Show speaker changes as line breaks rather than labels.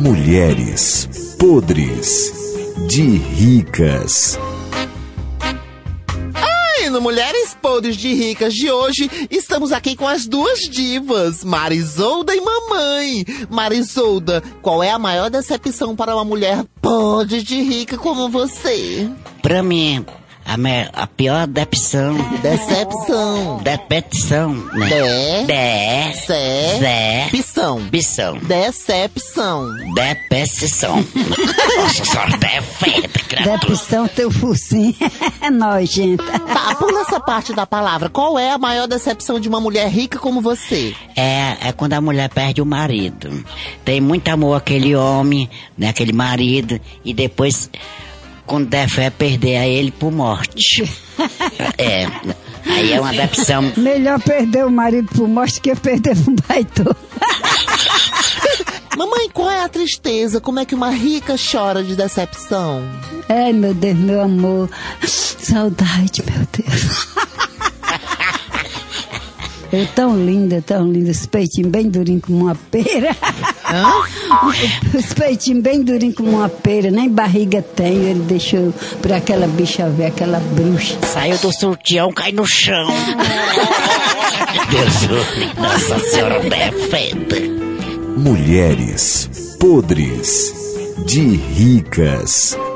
mulheres podres de ricas.
E no Mulheres Podres de Ricas de hoje, estamos aqui com as duas divas, Marisolda e Mamãe. Marisolda, qual é a maior decepção para uma mulher podre de rica como você?
Pra mim, a, me- a pior decepção,
Decepção.
decepção, né?
De...
Decepção.
Decepção. Decepção.
Decepção. Nossa senhora, defeito, criatura.
Depressão, teu focinho. É nojenta.
Tá, pula essa parte da palavra. Qual é a maior decepção de uma mulher rica como você?
É, é quando a mulher perde o marido. Tem muito amor aquele homem, né, aquele marido, e depois, quando der fé, perder a ele por morte. é, aí é uma decepção.
Melhor perder o marido por morte que perder um baito.
Mamãe, qual é a tristeza? Como é que uma rica chora de decepção?
Ai, meu Deus, meu amor. Saudade, meu Deus. Eu tão linda, tão linda. Os peitinhos bem durinhos como uma pera. Os peitinhos bem durinhos como uma pera. Nem barriga tem. Ele deixou pra aquela bicha ver, aquela bruxa.
Saiu do surtião, cai no chão. Deus, o livre. Nossa Senhora defenda.
Mulheres podres de ricas.